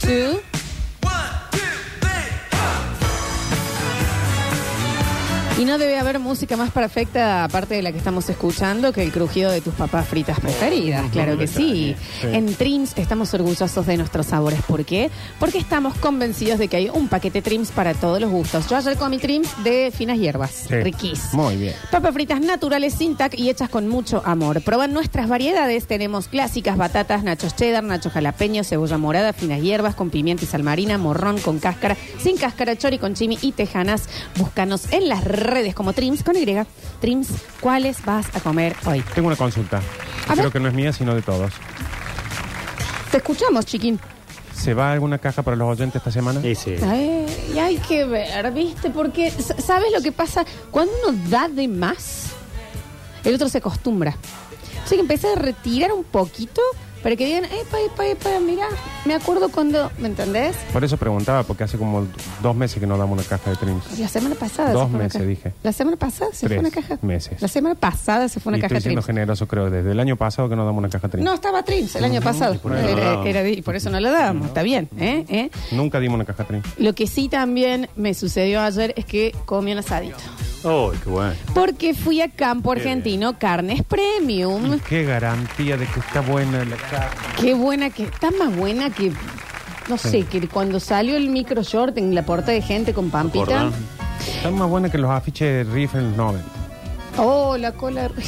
two. Y no debe haber música más perfecta, aparte de la que estamos escuchando, que el crujido de tus papas fritas preferidas. no claro me que sí. extraña, sí. En Trims estamos orgullosos de nuestros sabores. ¿Por qué? Porque estamos convencidos de que hay un paquete Trims para todos los gustos. Yo ayer comí Trims de finas hierbas. Sí. Riquísimo. Muy bien. Papas fritas naturales sin tac y hechas con mucho amor. Proban nuestras variedades. Tenemos clásicas, batatas, nachos cheddar, nachos jalapeños, cebolla morada, finas hierbas, con pimienta y sal marina, morrón con cáscara, sin cáscara, chori con chimi y tejanas. Búscanos en las redes como Trims con Y. Trims, ¿cuáles vas a comer hoy? Tengo una consulta. A Creo ver. que no es mía, sino de todos. Te escuchamos, chiquín. ¿Se va alguna caja para los oyentes esta semana? Sí, sí. Ay, y hay que ver, ¿viste? Porque, s- ¿sabes lo que pasa? Cuando uno da de más, el otro se acostumbra. Así que empecé a retirar un poquito para que digan, epa, epa, epa, mira, me acuerdo cuando, ¿me entendés? Por eso preguntaba, porque hace como dos meses que no damos una caja de trims. La semana pasada. Dos se fue una meses, caja. dije. La semana pasada se fue Tres una caja. meses. La semana pasada se fue una y caja estoy siendo Trims. generoso, creo, desde el año pasado que no damos una caja de trims. No, estaba Trims el año pasado. por eso no Era- la dábamos. era- y por eso no la dábamos, está bien. ¿eh? ¿eh? Nunca dimos una caja de trims. Lo que sí también me sucedió ayer es que comí un asadito. Oh, qué bueno. Porque fui a Campo Argentino Carnes Premium. Qué garantía de que está buena la caja. Qué buena que está más buena que no sé, que cuando salió el micro short en la puerta de gente con Ah, pampita. Cordón. Está más buena que los afiches de Riff en los 90. Oh, la cola.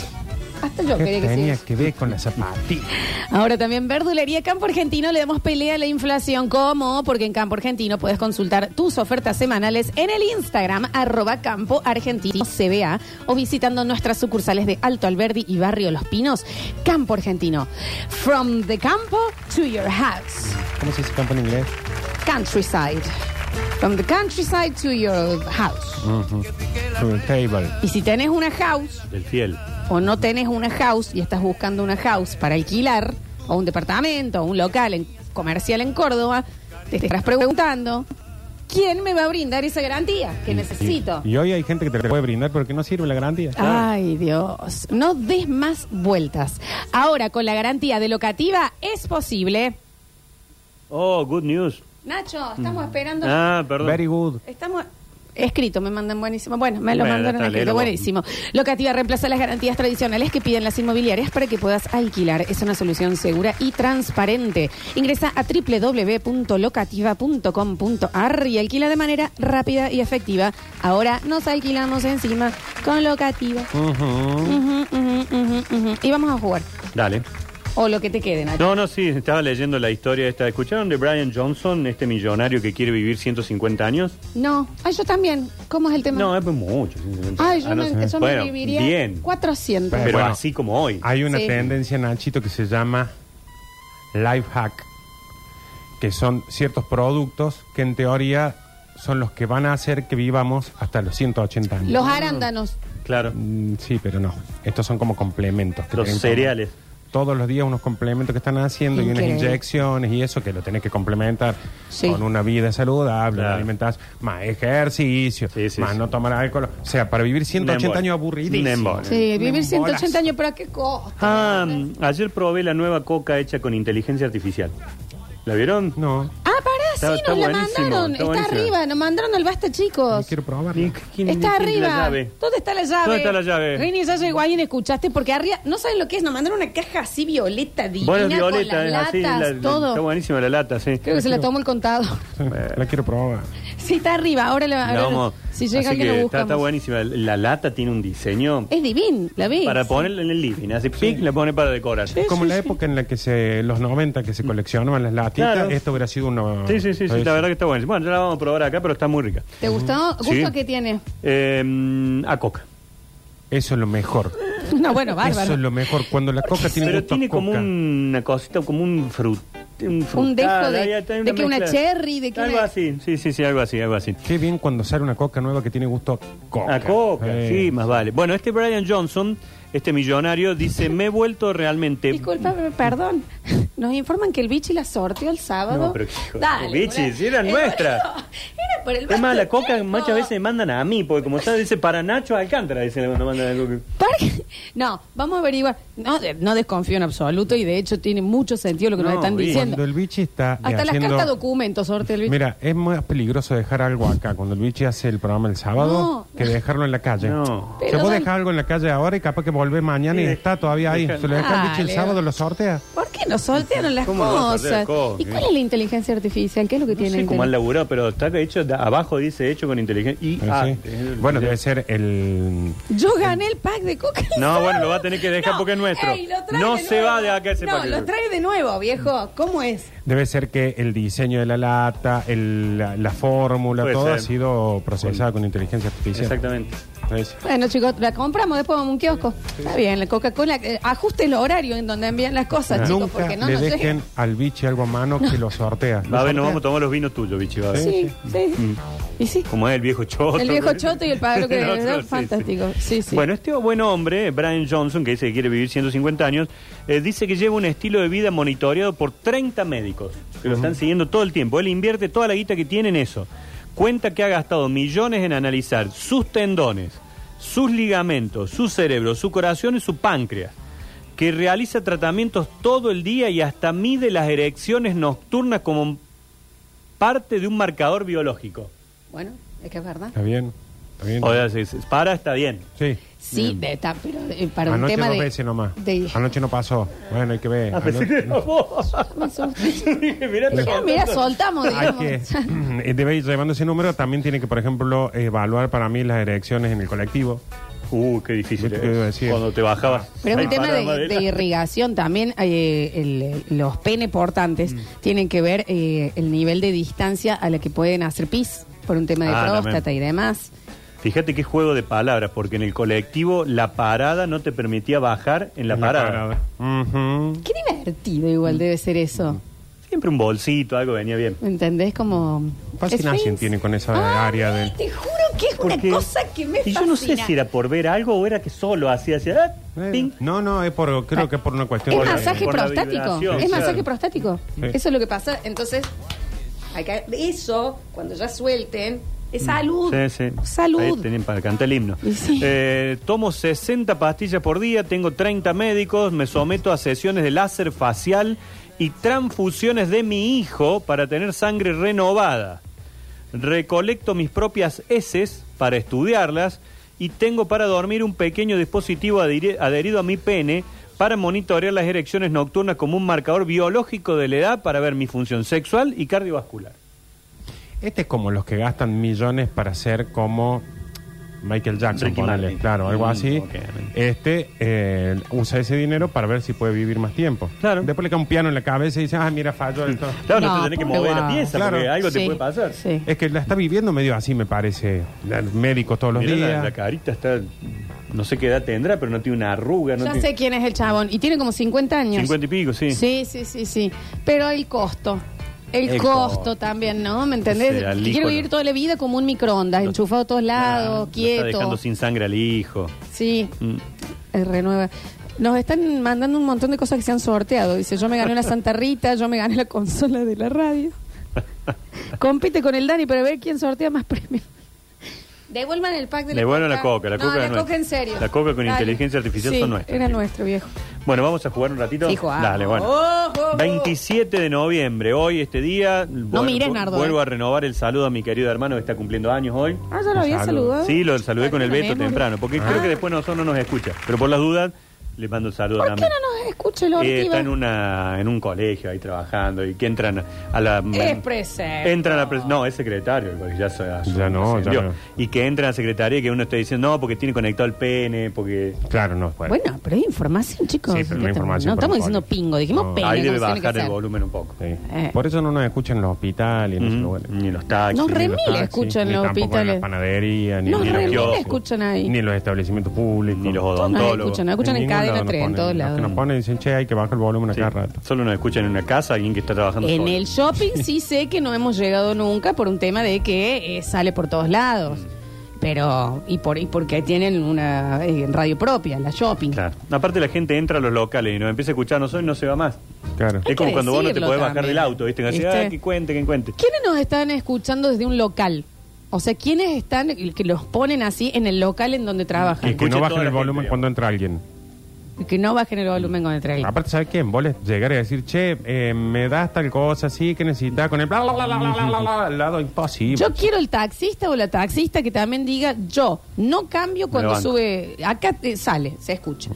Hasta yo ¿Qué quería que tenía sí. que ver con la Ah, zapatilla? Ahora también verdulería Campo Argentino le damos pelea a la inflación. ¿Cómo? Porque en Campo Argentino puedes consultar tus ofertas semanales en el Instagram arroba Campo Argentino CBA o visitando nuestras sucursales de Alto Alberdi y Barrio Los Pinos. Campo Argentino. From the campo to your house. ¿Cómo se dice campo en inglés? Countryside. From the countryside to your house. To the table. Y si tenés una house Del fiel. o no tenés una house y estás buscando una house para alquilar, o un departamento, o un local en- comercial en Córdoba, te estarás preguntando, ¿quién me va a brindar esa garantía que necesito? Y ah. hoy hay gente que te puede brindar, pero que no sirve la garantía. Ah. Ay, Dios, no des más vueltas. Ahora, con la garantía de locativa, es posible. Oh, good news. Nacho, Mm. estamos esperando... Ah, perdón. Very good. Estamos. Escrito, me mandan buenísimo. Bueno, me lo Bueno, mandaron está, escrito, léelo vos. buenísimo. Locativa reemplaza las garantías tradicionales que piden las inmobiliarias para que puedas alquilar. Es una solución segura y transparente. Ingresa a www.locativa.com.ar y alquila de manera rápida y efectiva. Ahora nos alquilamos encima con Locativa. Ujú. Ujú, ujú, ujú, ujú. Y vamos a jugar. Dale. O lo que te quede, Nacho. No, no, sí, estaba leyendo la historia esta. ¿Escucharon de Brian Johnson, este millonario que quiere vivir 150 años? No. Ay, yo también. ¿Cómo es el tema? No, es mucho. 150. Ay, yo, Ah, no me, sé. yo me Bueno, viviría Bien, 400. pero Bueno. así como hoy. Hay una Sí. tendencia, Nachito, que se llama life hack, que son ciertos productos que en teoría son los que van a hacer que vivamos hasta los 180 años. Los arándanos. Claro. Mm, Sí, pero no. Estos son como complementos. que Los tenemos. cereales. Todos los días unos complementos que están haciendo y unas Increíble. inyecciones y eso que lo tenés que complementar Sí. con una vida saludable, Claro. una alimentación, más ejercicio, Sí, sí, más sí. no tomar alcohol. O sea, para vivir 180 Un embole. años Un aburridísimo. embole. Sí, Un vivir 180 embolazo. años, pero ¿a qué costa? Ah, mm, ayer probé la nueva coca hecha con inteligencia artificial. ¿La vieron? No, Ah, pará, Está- sí, está nos la buenísimo, mandaron. está Está, buenísimo. arriba, nos mandaron al basta, no chicos. quiero probarlo. ¿Quién- quién- Está quién tiene arriba. la llave? ¿Dónde está la llave? ¿Dónde está la llave? Rini, ya llegó alguien, escuchaste, porque arriba, no saben lo que es, nos mandaron una caja así violeta, divina, Bueno, es con las violeta, es así. latas, ah, la- la- todo. Está buenísima la lata, sí. Creo que se la tomó el contado. La quiero probar. Sí, está arriba, ahora la, La ahora- vamos- si llega así alguien lo que está, buscamos. está buenísima. La, la lata tiene un diseño Es divino, la vi. para ponerla en el living. Así, pic, la pone para decorar. Sí, Como sí, la sí. época en la que se, los 90 que se coleccionaban las latitas, Claro. esto hubiera sido una... Sí, sí, sí, sí, la verdad que está buena. Bueno, ya la vamos a probar acá, pero está muy rica. ¿Te gustó? Sí. ¿Gusto que tiene? Eh, a coca. Eso es lo mejor. No, bueno, bárbaro. Eso es lo mejor. Cuando la coca tiene pero gusto a tiene como coca. una cosita, como un fruto. Un, Un frutal, dejo de- ahí está, hay de que una mezcla. cherry, de que Algo una- así, sí, sí, sí, algo así, algo así. Qué bien cuando sale una coca nueva que tiene gusto a coca. A coca, Eh, sí, más vale. Bueno, este Brian Johnson, este millonario, dice, me he vuelto realmente... mm, Disculpame, perdón. Nos informan que el bichi la sorteó el sábado. No, pero qué hijo de- Dale, Bichi, boludo. si era nuestra. Era por el Es más, la barrio coca viejo. muchas veces me mandan a mí, porque como está, dice para Nacho Alcántara, dice, no mandan la coca. Parque- No, vamos a averiguar. No, de- no desconfío en absoluto y de hecho tiene mucho sentido lo que nos No, están vi. diciendo. Cuando el bichi está eh, Hasta las haciendo- cartas documentos, sorte el bicho. Mira, es más peligroso dejar algo acá cuando el bichi hace el programa el sábado No. que dejarlo en la calle. No. Se Pero puede Dan- dejar algo en la calle ahora y capaz que volvés mañana y Sí. está todavía ahí. Dejan- Se lo deja el bichi el Dale. sábado, lo sortea. ¿Por qué no sortearon las ¿Cómo no va a cosas? perder cosas? ¿Y cuál es la inteligencia artificial? ¿Qué es lo que No tiene? sé cómo han inteligencia? laburado, pero está hecho, da- abajo dice hecho con inteligencia. Y, Pero ah, sí. eh, Bueno, ya. debe ser el... Yo gané el pack de coca. No, bueno, lo va a tener que dejar porque es nuestro. ey, lo trae No de se nuevo. va de acá ese No, paquete. lo trae de nuevo, viejo. ¿Cómo es? Debe ser que el diseño de la lata, el- la, la fórmula, Puede todo ser. ha sido procesado con inteligencia artificial. Exactamente. Es- Bueno, chicos, la compramos después vamos a un kiosco. Está bien, la Coca-Cola. eh, ajuste el horario en donde envían las cosas, chicos, Nunca porque no le nos llega. dejen al bichi algo a mano que lo sortea. Va a ver, Lo nos vamos a sortea. tomar los vinos tuyos, bichi. va a ver. Sí, sí. Mm. Y sí. Como es el viejo choto. El viejo choto y el padre que El otro, ¿verdad? sí, fantástico. Sí, sí. Bueno, este buen hombre, Brian Johnson, que dice que quiere vivir 150 años, eh, dice que lleva un estilo de vida monitoreado por 30 médicos, que lo están siguiendo todo el tiempo. Él invierte toda la guita que tiene en eso. Cuenta que ha gastado millones en analizar sus tendones, sus ligamentos, su cerebro, su corazón y su páncreas. Que realiza tratamientos todo el día y hasta mide las erecciones nocturnas como parte de un marcador biológico. Bueno, es que es verdad. Está bien, está bien. O sea, si se para, está bien. Sí. Sí, de- está, pero eh, para un Anoche tema dos de. veces nomás. de- Anoche no pasó. Bueno, hay que ver. A pesar Anoche- de vos. Me asusté. Mirá, te Ah, Mira, soltamos, Hay digamos. que, eh, debe ir llevando ese número, también tiene que, por ejemplo, evaluar para mí las erecciones en el colectivo. Uh, qué difícil. Yo es. te iba a decir. Cuando te bajabas. Pero es Ahí un tema parada, de, madera. de irrigación también. eh, el- los pene portantes tienen que ver eh, el nivel de distancia a la que pueden hacer pis por un tema de Ah, también. próstata y demás. Fíjate qué juego de palabras, porque en el colectivo la parada no te permitía bajar en la En parada. Ujú. Qué divertido igual debe ser eso. Mm. Siempre un bolsito, algo venía bien. ¿Me entendés? Como... Fascinación Sphinx. tiene con esa Ah, área de... Te juro que es una Porque- cosa que me Y yo no sé fascina. si era por ver algo o era que solo hacía así. ah, ping. Eh, No, no, es por, creo que es por una cuestión Es de- masaje por la prostático. vibración, Es claro. masaje prostático. Sí. Eso es lo que pasa. Entonces, acá- eso, cuando ya suelten, es salud. Mm. Sí, sí. Ahí Salud. tienen para cantar el himno. Y sí. Eh, tomo 60 pastillas por día, tengo 30 médicos, me someto a sesiones de láser facial y transfusiones de mi hijo para tener sangre renovada. Recolecto mis propias heces para estudiarlas y tengo para dormir un pequeño dispositivo adhiri- adherido a mi pene para monitorear las erecciones nocturnas como un marcador biológico de la edad para ver mi función sexual y cardiovascular. Este es como los que gastan millones para ser como Michael Jackson, Ricky ponele, Martin. claro, algo Mm, así. ok. Este eh, usa ese dinero para ver si puede vivir más tiempo. Claro. Después le cae un piano en la cabeza y dice, ah, mira, falló esto. Claro, no, No, te tenés que pobre mover la guau. pieza Claro. porque algo te Sí, puede pasar. sí. Es que la está viviendo medio así, me parece. La- Médico todos los Mirá, días. La, la carita está. No sé qué edad tendrá, pero no tiene una arruga. No Ya tiene- sé quién es el chabón. Y tiene como 50 años. 50 y pico, sí. Sí, sí, sí, sí. Pero el costo. El, El costo, costo. también, ¿no? ¿Me entendés? Será el Quiero líquido. vivir toda la vida como un microondas, enchufado a todos lados, Ah, Lo está quieto. dejando sin sangre al hijo. Sí, Mm. es renueva. Nos están mandando un montón de cosas que se han sorteado. Dice, yo me gané una Santa Rita, yo me gané la consola de la radio. Compite con el Dani para ver quién sortea más premios. Devuelvan el pack de la Devuelvan coca. la coca, la No, coca la es nuestra. coca en serio. La coca con inteligencia artificial Sí, son nuestras, Era chicos. nuestro viejo. Bueno, vamos a jugar un ratito. Sí, jugamos. Dale, bueno. Oh, oh, oh. 27 de noviembre, hoy, este día. vuel- mires, vu- Nardo, Vuelvo eh. a renovar el saludo a mi querido hermano que está cumpliendo años hoy. Ah, ya lo había Salud. saludado. Sí, lo saludé con el Perdóname, Beto Mori. temprano, porque Ah. creo que después nosotros no nos escucha. Pero por las dudas, le mando el saludo ¿Por a qué no nos escucha el Eh, ortiva? está en, una, en un colegio ahí trabajando y que entran a la... Es presente. Entran a la pres- No, es secretario, porque ya, se- ya Ya no, se dio. ya no. Y que entran a la secretaría y que uno está diciendo, no, porque tiene conectado el pene, porque... Claro, no. pues, Bueno. Bueno, pero hay información, chicos. Sí, pero no hay información No por estamos el diciendo colegio. pingo, dijimos No. pene. ahí debe como se tiene que bajar el hacer. volumen un poco. Sí. Eh. Por eso no nos escuchan en los hospitales, y en esos Ujú. lugares. Ni en los taxis. Nos ni en Ni en los los remil taxis, escuchan ni los tampoco en hospitales. las panaderías, ni, Nos ni en los remil kioscos, escuchan ahí. Ni en los establecimientos públicos. Ni los No odontólogos. nos escuchan, no escuchan en ningún cadena lado nos 3, en ponen. todos Los que lados. nos ponen dicen, che, hay que bajar el volumen a Sí. cada rato. Solo nos escuchan en una casa, alguien que está trabajando En solo. el shopping sí sé que no hemos llegado nunca por un tema de que eh, sale por todos lados. Pero, y, por, y porque tienen una eh, radio propia, la shopping. Claro. Aparte la gente entra a los locales y nos empieza a escucharnos hoy no se va más. Claro. Hay es como que cuando vos no te decirlo podés bajar también. del auto, ¿viste? Que decís, ¿Viste? "Ah, que cuente, que cuente. ¿Quiénes nos están escuchando desde un local? O sea, ¿quiénes están que los ponen así en el local en donde trabajan? Y que Escuche no bajen toda la el gente, volumen digamos. cuando entra alguien. Que no bajen el volumen con el trailer. Aparte, ¿sabes qué? En boles llegar y decir, che, eh, me das tal cosa, sí, que necesitas con el bla, bla, bla, bla, bla, bla, bla, bla, al lado imposible. Yo quiero el taxista o la taxista que también diga, yo no cambio cuando banco. sube, acá eh, sale, se escucha.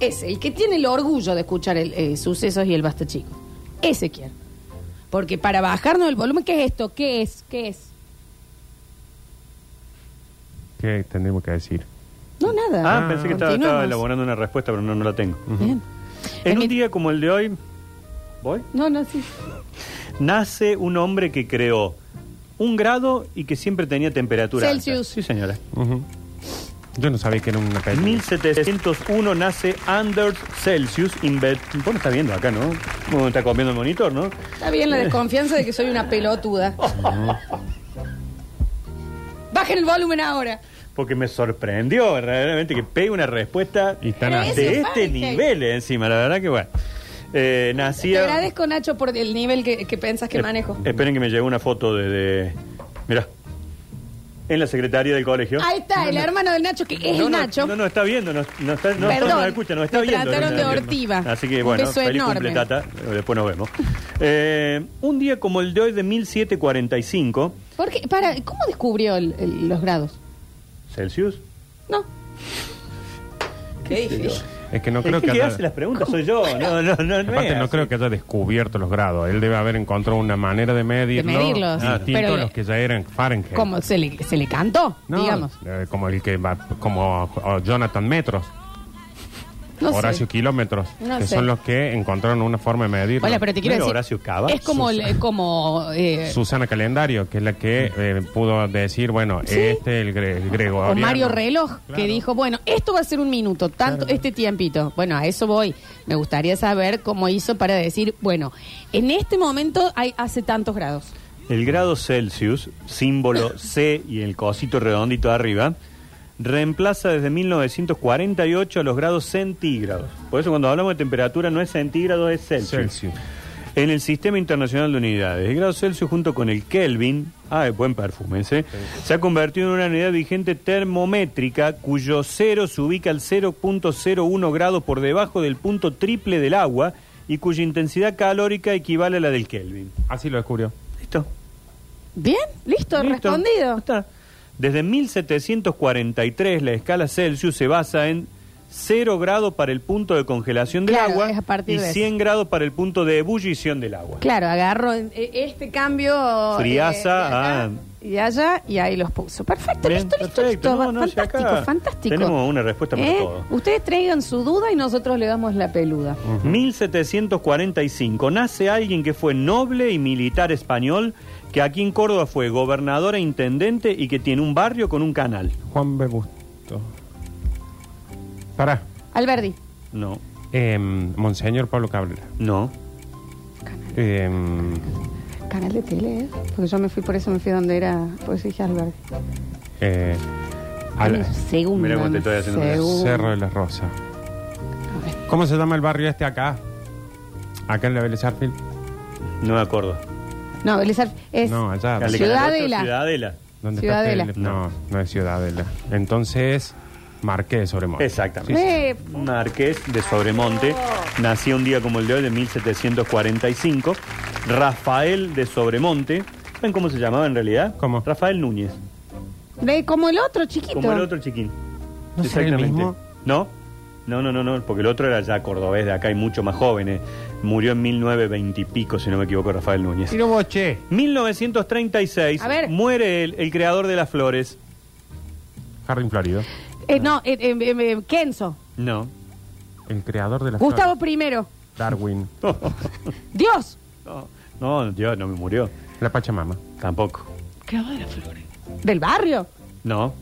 Ese, el que tiene el orgullo de escuchar el, eh, sucesos y el basta chico. Ese quiero. Porque para bajarnos el volumen, ¿qué es esto? ¿Qué es? ¿Qué es? ¿Qué tendríamos que decir? No, nada. Ah, pensé que estaba, estaba Continuemos. elaborando una respuesta, pero no, no la tengo. Bien. En En un mi- día como el de hoy, voy, No, no, sí. nace un hombre que creó un grado y que siempre tenía temperatura. alta. Celsius. Sí, señora. Ujú. Yo no sabía que era una En película. 1701 nace Anders Celsius. Invet Vos no estás viendo acá, ¿no? Vos no estás comiendo el monitor, ¿no? Está bien la desconfianza de que soy una pelotuda. Bajen el volumen ahora. Porque me sorprendió verdaderamente que pegue una respuesta Y tan Pero así. ese de es este Fahrenheit. nivel encima. La verdad que bueno. Eh, Te nacía. agradezco, Nacho, por el nivel que, que pensas que Eh, manejo. Esperen que me llegó una foto de. de- Mirá. En la secretaría del colegio. Ahí está, el hermano del Nacho, que es no, no, Eh, Nacho. No, no, está viendo, no, no está, no, Perdón, no nos escucha, no está me viendo. trataron no está de viendo. ortiva. Así que Un bueno, beso feliz enorme. cumple, Tata. Eh, Después nos vemos. Eh, un día como el de hoy de 1745, ¿Por qué? Para, ¿cómo descubrió el- el- los grados? Celsius. No. ¿Qué dije? Es que no creo es que que el que haya... hace las preguntas soy yo. No, no, no, no. Aparte, es no así. creo que haya descubierto los grados. Él debe haber encontrado una manera de medirlo. De medirlos. Distinto Pero a le- los que ya eran Fahrenheit. ¿Cómo se le, se le cantó? No, digamos. eh, como el que va, como o Jonathan Metros, No Horacio sé. Kilómetros, No que sé. son los que encontraron una forma de medirlo. Hola, pero te ¿No quiero era decir. Horacio Cava? Es como. el- Susana. como eh, Susana Calendario, que es la que eh, pudo decir, bueno, Sí. este el, gre el o gregoriano. Mario Reloj, Claro. que dijo, bueno, esto va a ser un minuto, tanto este tiempito. Bueno, a eso voy. Me gustaría saber cómo hizo para decir, bueno, en este momento hay, hace tantos grados. El grado Celsius, símbolo C y el cosito redondito arriba, reemplaza desde 1948 a los grados centígrados. Por eso cuando hablamos de temperatura no es centígrado, es Celsius. Celsius. En el Sistema Internacional de Unidades, el grado Celsius junto con el Kelvin, ah, es buen perfume ese, se ha convertido en una unidad vigente termométrica cuyo cero se ubica al 0.01 grados por debajo del punto triple del agua y cuya intensidad calórica equivale a la del Kelvin. Así lo descubrió. ¿Listo? Bien, listo, Listo. Ya respondido. está. Desde 1743 la escala Celsius se basa en 0 grado para el punto de congelación del Claro, agua es a partir y de eso. 100 grados para el punto de ebullición del agua. Claro, agarro eh, este cambio. eh, Friaza, de acá ah. Y allá, y ahí los puso. Perfecto, Bien, listo, listo, perfecto. listo. No, no, si fantástico, acá fantástico. tenemos una respuesta para ¿Eh? todo. Ustedes traigan su duda y nosotros le damos la peluda. 1745 nace alguien que fue noble y militar español, que aquí en Córdoba fue gobernador e intendente y que tiene un barrio con un canal. Juan Bebusto. Pará. Alberdi. No, Em, Monseñor Pablo Cabrera. no. Em, Canal de tele, ¿eh? Porque yo me fui, por eso me fui donde era. Por eso dije Alberdi. eh, al- Dame un segundo. Ah, Mirá cómo te estoy haciendo un un segundo. Cerro de las Rosas. ¿Cómo se llama el barrio este acá? Acá en la Vélez Arfil. No me acuerdo. No, Vélez Arf- es. No, allá. Canal de Ciudadela. Canal ocho, Ciudadela. ¿Dónde Ciudadela. está el- No, no es Ciudadela. Entonces, Marqués de Sobremonte. Exactamente. Eh, Marqués de Sobremonte, nació un día como el de hoy de 1745. Rafael de Sobremonte, ¿saben cómo se llamaba en realidad? ¿Cómo? Rafael Núñez, ve como el otro chiquito. como el otro chiquín. ¿No será el mismo? ¿No? No, no, no, no, porque el otro era ya cordobés de acá y mucho más jóvenes. Murió en 1920 y pico, si no me equivoco, Rafael Núñez. Tiro boche. 1936, A ver. muere el, el creador de las flores. Jardín Florido. Eh, no, eh, eh, eh, eh, Kenzo. No. El creador de la Gustavo flor. primero. Darwin. Dios. No, no, Dios, no me murió. La Pachamama. Tampoco. Del barrio. No.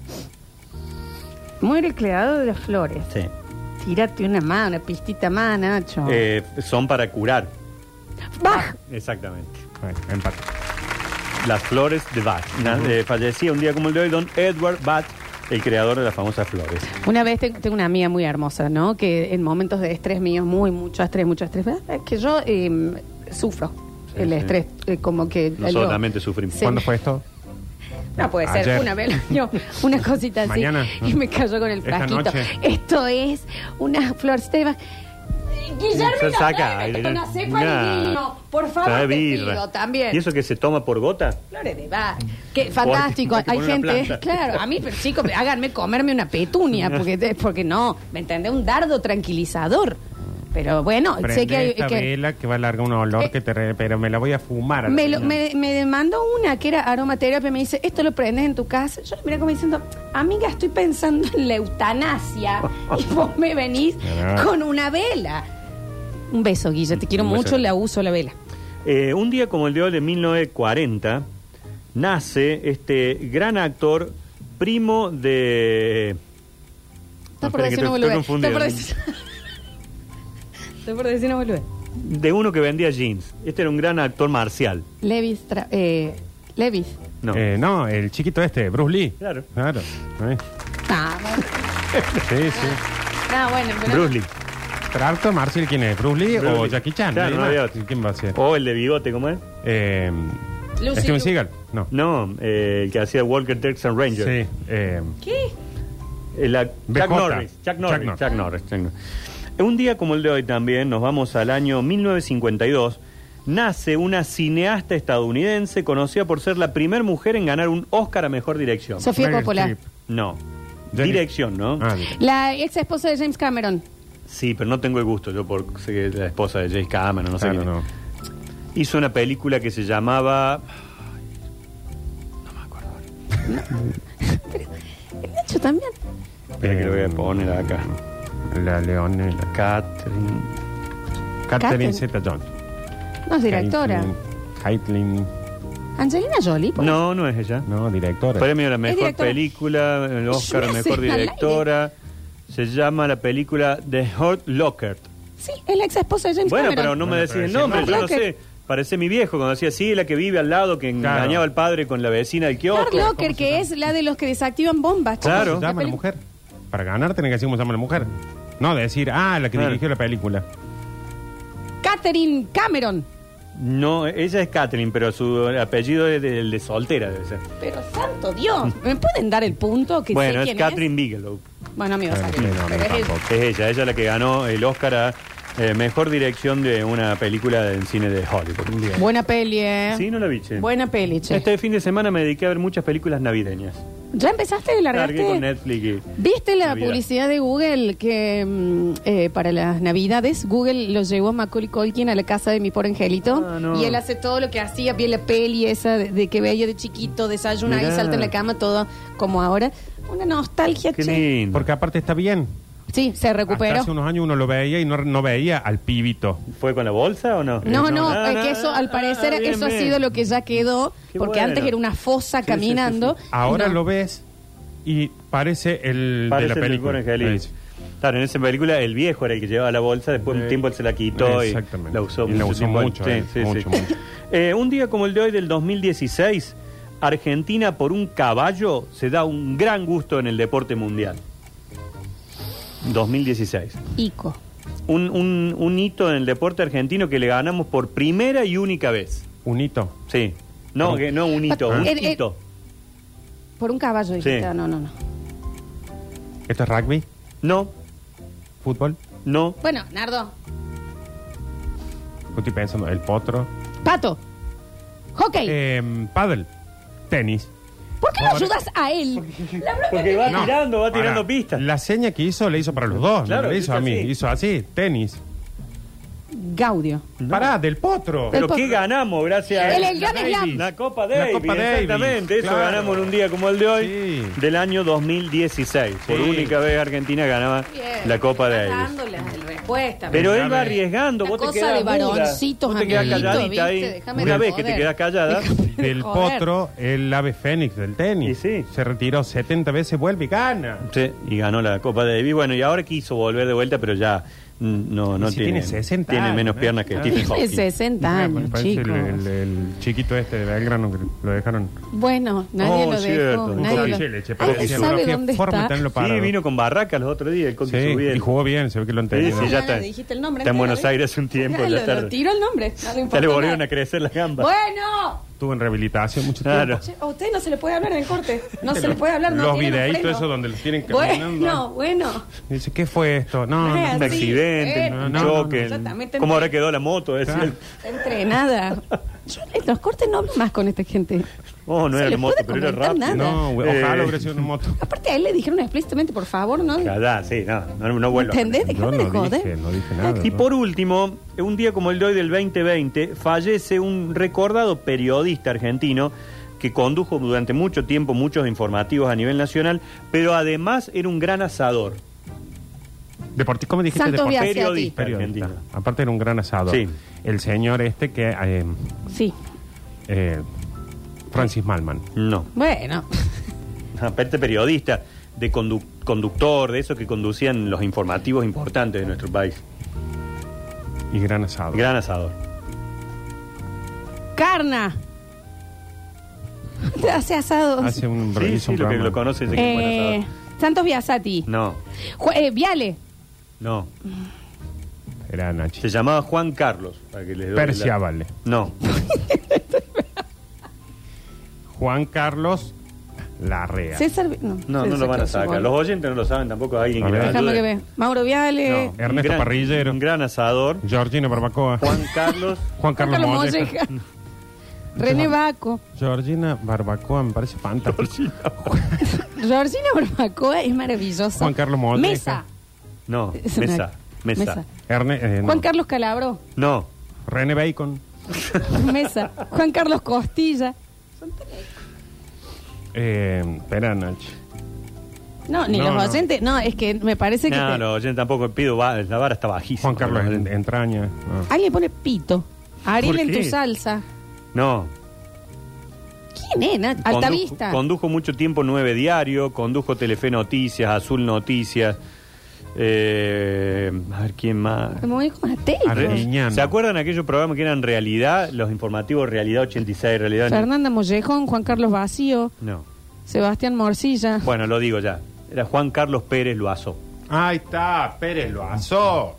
Muere el creador de las flores. Sí. Tírate una mano, una pistita más, Nacho. Eh, son para curar. Baj. Exactamente. Bueno, empate. Las flores de Bach. Na- eh, fallecía un día como el de hoy don Edward Bach, el creador de las famosas flores. Una vez te- tengo una amiga muy hermosa, ¿no? Que en momentos de estrés mío, muy mucho estrés, mucho estrés, ¿verdad? es que yo eh, sufro Sí, el sí. estrés, eh, como que... Nosotros lo- también te sufrimos. Sí. ¿Cuándo fue esto? No puede ser, Ayer. una vez al año, una cosita así. Mañana. Y me cayó con el Esta frasquito. noche. Esto es una florcita de va- Guillermo, Se no, saca. dame Ay, una cepa nah. de vino. Por Trae favor, te birra. pido también. ¿Y eso que se toma por gota? Flores de Bach. Que fantástico. Porque- Hay porque pone una gente, planta. claro, a mí, pero chicos, háganme comerme una petunia, porque, porque no, ¿me entendés? Un dardo tranquilizador. Pero bueno, sé Prende que hay... esta que- vela que va a largar un olor Eh, que te re- pero me la voy a fumar. a la me, lo- final. me, me demandó una que era aromaterapia, me dice, esto lo prendes en tu casa. Yo mira como diciendo, amiga, estoy pensando en la eutanasia y vos me venís Claro. con una vela. Un beso, Guilla, te quiero Un beso. mucho, la uso la vela. Eh, un día como el de hoy de 1940, nace este gran actor, primo de... Está No, por espera, que eh, decir una estoy- boludez. estoy Está por decir... confundido. Está por decir una boludez. De uno que vendía jeans. Este era un gran actor marcial. Levis, tra- eh, Levis. No. Eh, no, el chiquito este, Bruce Lee. Claro. Claro. Eh, Ah, bueno. Sí, sí. Ah, bueno, pero- Bruce Lee. Tracto, Marcel, ¿quién es? ¿Bruce Lee Bruce o Lee. Jackie Chan? Claro, Nadie no más. había otro. ¿Quién va a ser? O el de bigote, ¿cómo es? Eh, Lucy Steven Liu. Seagal. No. No, eh, el que hacía Walker Texan Ranger. Sí. eh, ¿Qué? El ac- Eh, BJ. Chuck, Norris, Chuck Norris. Chuck Norris. Chuck Norris, Chuck Norris. Un día como el de hoy también, nos vamos al año 1952, nace una cineasta estadounidense conocida por ser la primera mujer en ganar un Oscar a Mejor Dirección. Sofía Meryl Coppola. Streep. no. Jenny- Dirección, ¿no? Ah, bien. La ex esposa de James Cameron. Sí, pero no tengo el gusto, yo por sé que es la esposa de James Cameron, no sé Claro, quién es. no. Hizo una película que se llamaba... El Nacho también. Espera que lo voy a poner acá. Em, La Leonela. Catherine... Catherine Catherine. Zeta-Jones. No es directora. Caitlin. Angelina Jolie. pues. por No, no es ella. No, directora. Premio a la Es mejor directora. película, el Oscar a la mejor Schwarzenegger. directora. Se llama la película The Hurt Locker. Sí, es la ex esposa de James Bueno, pero Cameron. no me Bueno, decís pero el decía nombre, yo no Locker. sé. Parece mi viejo cuando decía, sí, la que vive al lado, que Claro. engañaba al padre con la vecina del kiosco. Carl Locker, que es la de los que desactivan bombas. chicos. Claro. ¿Cómo se llama la peli- mujer? Para ganar tenés que decir cómo se llama la mujer. No decir, ah, la que Claro. dirigió la película. Catherine Cameron. No, ella es Catherine, pero su apellido es del de soltera, debe ser. Pero santo Dios, ¿me pueden dar el punto que sé Mm. bueno, es quién Catherine Bigelow. Bueno, amigo, Claro, sabe. sí, no, no, Pero es- tampoco. Es ella, ella la que ganó el Oscar a eh, mejor dirección de una película en cine de Hollywood. Buena peli, ¿eh? Sí, no la vi, che. Buena peli, che. Este fin de semana me dediqué a ver muchas películas navideñas. ¿Ya empezaste? ¿Largaste? Cargué con Netflix. y- ¿Viste la Navidad. publicidad de Google que mm, eh, para las navidades Google lo llevó a Macaulay Culkin a la casa de mi pobre angelito? Ah, no. Y él hace todo lo que hacía, vi la peli esa de, de que veía de chiquito, desayuna y Mirá. salta en la cama, todo como ahora. Una nostalgia, Qué che. lindo. Porque aparte está bien. Sí, se Hasta recuperó. hace unos años uno lo veía y no, no veía al pibito. ¿Fue con la bolsa o no? No, no, Ah, eh, que eso al ah, parecer ah, bien, eso ha bien. sido lo que ya quedó, Qué porque bueno. antes era una fosa Sí, sí, caminando. sí, Ahora No. lo ves y parece el Parece de la el película. Nicolás Angelini. Sí. Claro, en esa película el viejo era el que llevaba la bolsa, después un Sí. tiempo él se la quitó y Exactamente. la usó Y la mucho. usó tiempo. mucho, Sí, eh, sí, mucho, sí. mucho. Eh, un día como el de hoy del 2016, Argentina por un caballo se da un gran gusto en el deporte mundial. 2016. Ico. Un, un, un hito en el deporte argentino que le ganamos por primera y única vez. Un hito. Sí. No, que, no un hito, un Eh, eh, hito. Por un caballo, Sí. dijiste, Ah, no, no, no. ¿Esto es rugby? No, ¿Fútbol? no, Bueno, Nardo, Yo Estoy pensando, el potro. Pato, hockey. Eh, paddle. Tenis. ¿Por qué lo Ahora- ayudas a él? La bronca Porque va que- No, tirando, va para. tirando pistas. La seña que hizo la hizo para los dos. Claro, no la hizo hizo a mí. así. Hizo así. Tenis. Gaudio. Pará, del potro. Del Pero potro. ¿qué ganamos gracias a El- el Grand Davis. Slam. La Copa La Davis, Copa Davis, exactamente. Eso claro. ganamos en un día como el de hoy, Sí. del año 2016. Por Sí. única vez Argentina ganaba la Copa de Davis. la respuesta. Pero Claro. él va arriesgando. Una vos te cosa quedás de muda, varoncitos, vos te quedás amiguito, calladita ¿viste? ahí. Déjame Una de vez que joder. te quedás callada. Del Joder. potro, el ave fénix del tenis. Y sí. Se retiró 70 veces, vuelve y gana. Sí, y ganó la Copa Davis. Bueno, y ahora quiso volver de vuelta, pero ya mm, no, no si tiene, tiene 60 tiene años, menos ¿no? piernas que Claro. Stephen Tiene Hawking. 60 años, Parece el, chicos. el- el chiquito este de Belgrano que lo dejaron. Bueno, nadie Oh, lo cierto, dejó. un Nadie lo... poco de leche, pero ¿Alguien decía, sabe "Qué dónde forma está? tan lo Sí, parado". vino con Barracas los otros días, el Coqui Sí, Subiel. y jugó bien, se ve que lo Sí, entendió. sí, ya No, no, está. dijiste el nombre está en entero, Buenos ¿viste? Aires hace un tiempo. Ah, ya lo, está. lo tiró el nombre. No le Ya importa le nada. volvieron a crecer las gambas. Bueno, estuvo en rehabilitación mucho Claro. tiempo. Che, A usted no se le puede hablar en el corte. No se le puede hablar. No Los tienen un videitos freno. esos donde los tienen caminando. Bueno, bueno. Dice, ¿qué fue esto? No, No es no, Un Sí, accidente, eh, un no, choque. no, no. Yo también tendría- ¿Cómo ahora quedó la moto? Es Claro. decir, Está entrenada. Yo en los cortes no hablo más con esta gente. oh, no Se era le la moto, puede pero era comentar rápido. nada. no, güey, Eh. ojalá hubiera sido una moto. Aparte a él le dijeron explícitamente, por favor, ¿no? Cada, sí, no, no, no vuelvo. ¿Entendés? Yo Déjame de no joder. dije, no dije nada. Y ¿no? por último, un día como el de hoy del 2020, fallece un recordado periodista argentino que condujo durante mucho tiempo muchos informativos a nivel nacional, pero además era un gran asador. Deporti- ¿Cómo dijiste? Santos Deporti- Gracias a ti. periodista Periodista. argentino. Aparte era un gran asado. Sí. El señor este que... eh, Sí. eh, Francis Malman. No, Bueno. aparte periodista, de condu- conductor, de eso que conducían los informativos importantes de nuestro país. Y gran asado. Gran asador. Carna. Hace asado. Hace un Ah, Sí, realiza sí, un lo que programa. lo conoces. es que es buen Eh, asador. Santos Biasati. No, Ju- eh, Viale. no. Era Nachi. Se llamaba Juan Carlos. para que le doy Persia la- Vale. No, Juan Carlos Larrea. César. Vi- No, no, no César lo van a Clausen, sacar. Los bueno. oyentes no lo saben tampoco. Alguien A que ver. Eh, les Déjame ayude. que ve. Mauro Viale. No, Ernesto un gran- Parrillero. Un gran asador. Georgina Barbacoa. Juan, Juan Carlos. Carlos Carlos Molleja. Molleja. René Baco. Georgina Barbacoa me parece fantástico. Georgina Barbacoa es maravillosa. Juan Carlos Molleja. Mesa. No, Es una- mesa. Mesa. Erne- eh, no. Juan Carlos Calabro. No. René Bacon. Mesa. Juan Carlos Costilla. Eh, espera, Nachi. No, ni No, los no. oyentes. No, es que me parece que. No, te- no, yo tampoco pido. va- La vara está bajísima. Juan Carlos en- Entraña. No. Alguien pone pito. Ariel ¿Por en tu qué? salsa. No. ¿Quién es? Nacho? Condu- Altavista. Condujo mucho tiempo Nueve Diario, condujo Telefe Noticias, Azul Noticias. Eh, a ver quién más. ¿Eh? Como dijo Mateo. Ardiñano. ¿Se acuerdan aquellos programas que eran realidad? Los informativos Realidad 86, Realidad. Fernanda Mollejón, Juan Carlos Vacío, No. Sebastián Morcilla. Bueno, lo digo ya. Era Juan Carlos Pérez Loazo. Ahí está, Pérez lo asó.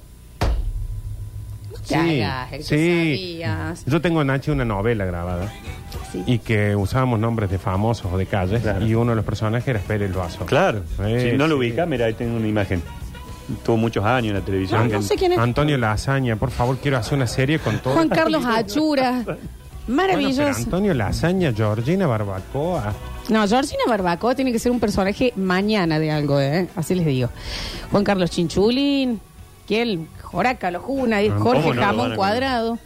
Te hagas el que sabías. Yo tengo Nachi una novela grabada Sí. y que usábamos nombres de famosos o de calles Claro. y uno de los personajes era Pérez Loazo. Claro. Eh, si no lo sí. ubica, mira, ahí tengo una imagen. Tuvo muchos años en la televisión. Ah, No, no sé quién es. Antonio Lazaña, por favor, quiero hacer una serie con todo. Juan Carlos Achura. Bueno, pero Maravilloso. Antonio Lazaña, Georgina Barbacoa. No, Georgina Barbacoa tiene que ser un personaje mañana de algo, ¿eh? Así les digo. Juan Carlos Chinchulín, ¿quién? Joraca, Lojuna, Jorge ¿Cómo Ah, no lo van Jamón a- Cuadrado.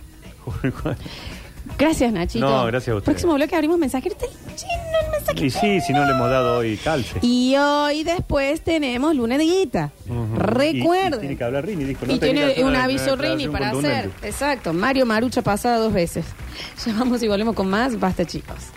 Gracias, Nachito. No, gracias a ustedes. Próximo bloque abrimos mensajero. Está lleno el mensajero. y sí, si no le hemos dado hoy calce. Y hoy después tenemos lunes de guita. Recuerda. Recuerden. tiene que hablar Rini, dijo. no Y tenía tiene que hacer un una aviso declaración Rini para hacer. contundente. Exacto. Mario Marucha pasada dos veces. Llamamos y volvemos con más. Basta, chicos.